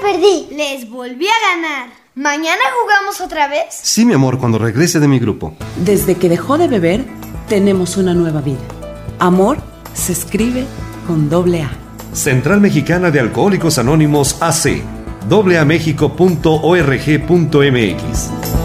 perdí. Les volví a ganar. ¿Mañana jugamos otra vez? Sí, mi amor, cuando regrese de mi grupo. Desde que dejó de beber, tenemos una nueva vida. Amor se escribe con doble A. Central Mexicana de Alcohólicos Anónimos AC. www.méxico.org.mx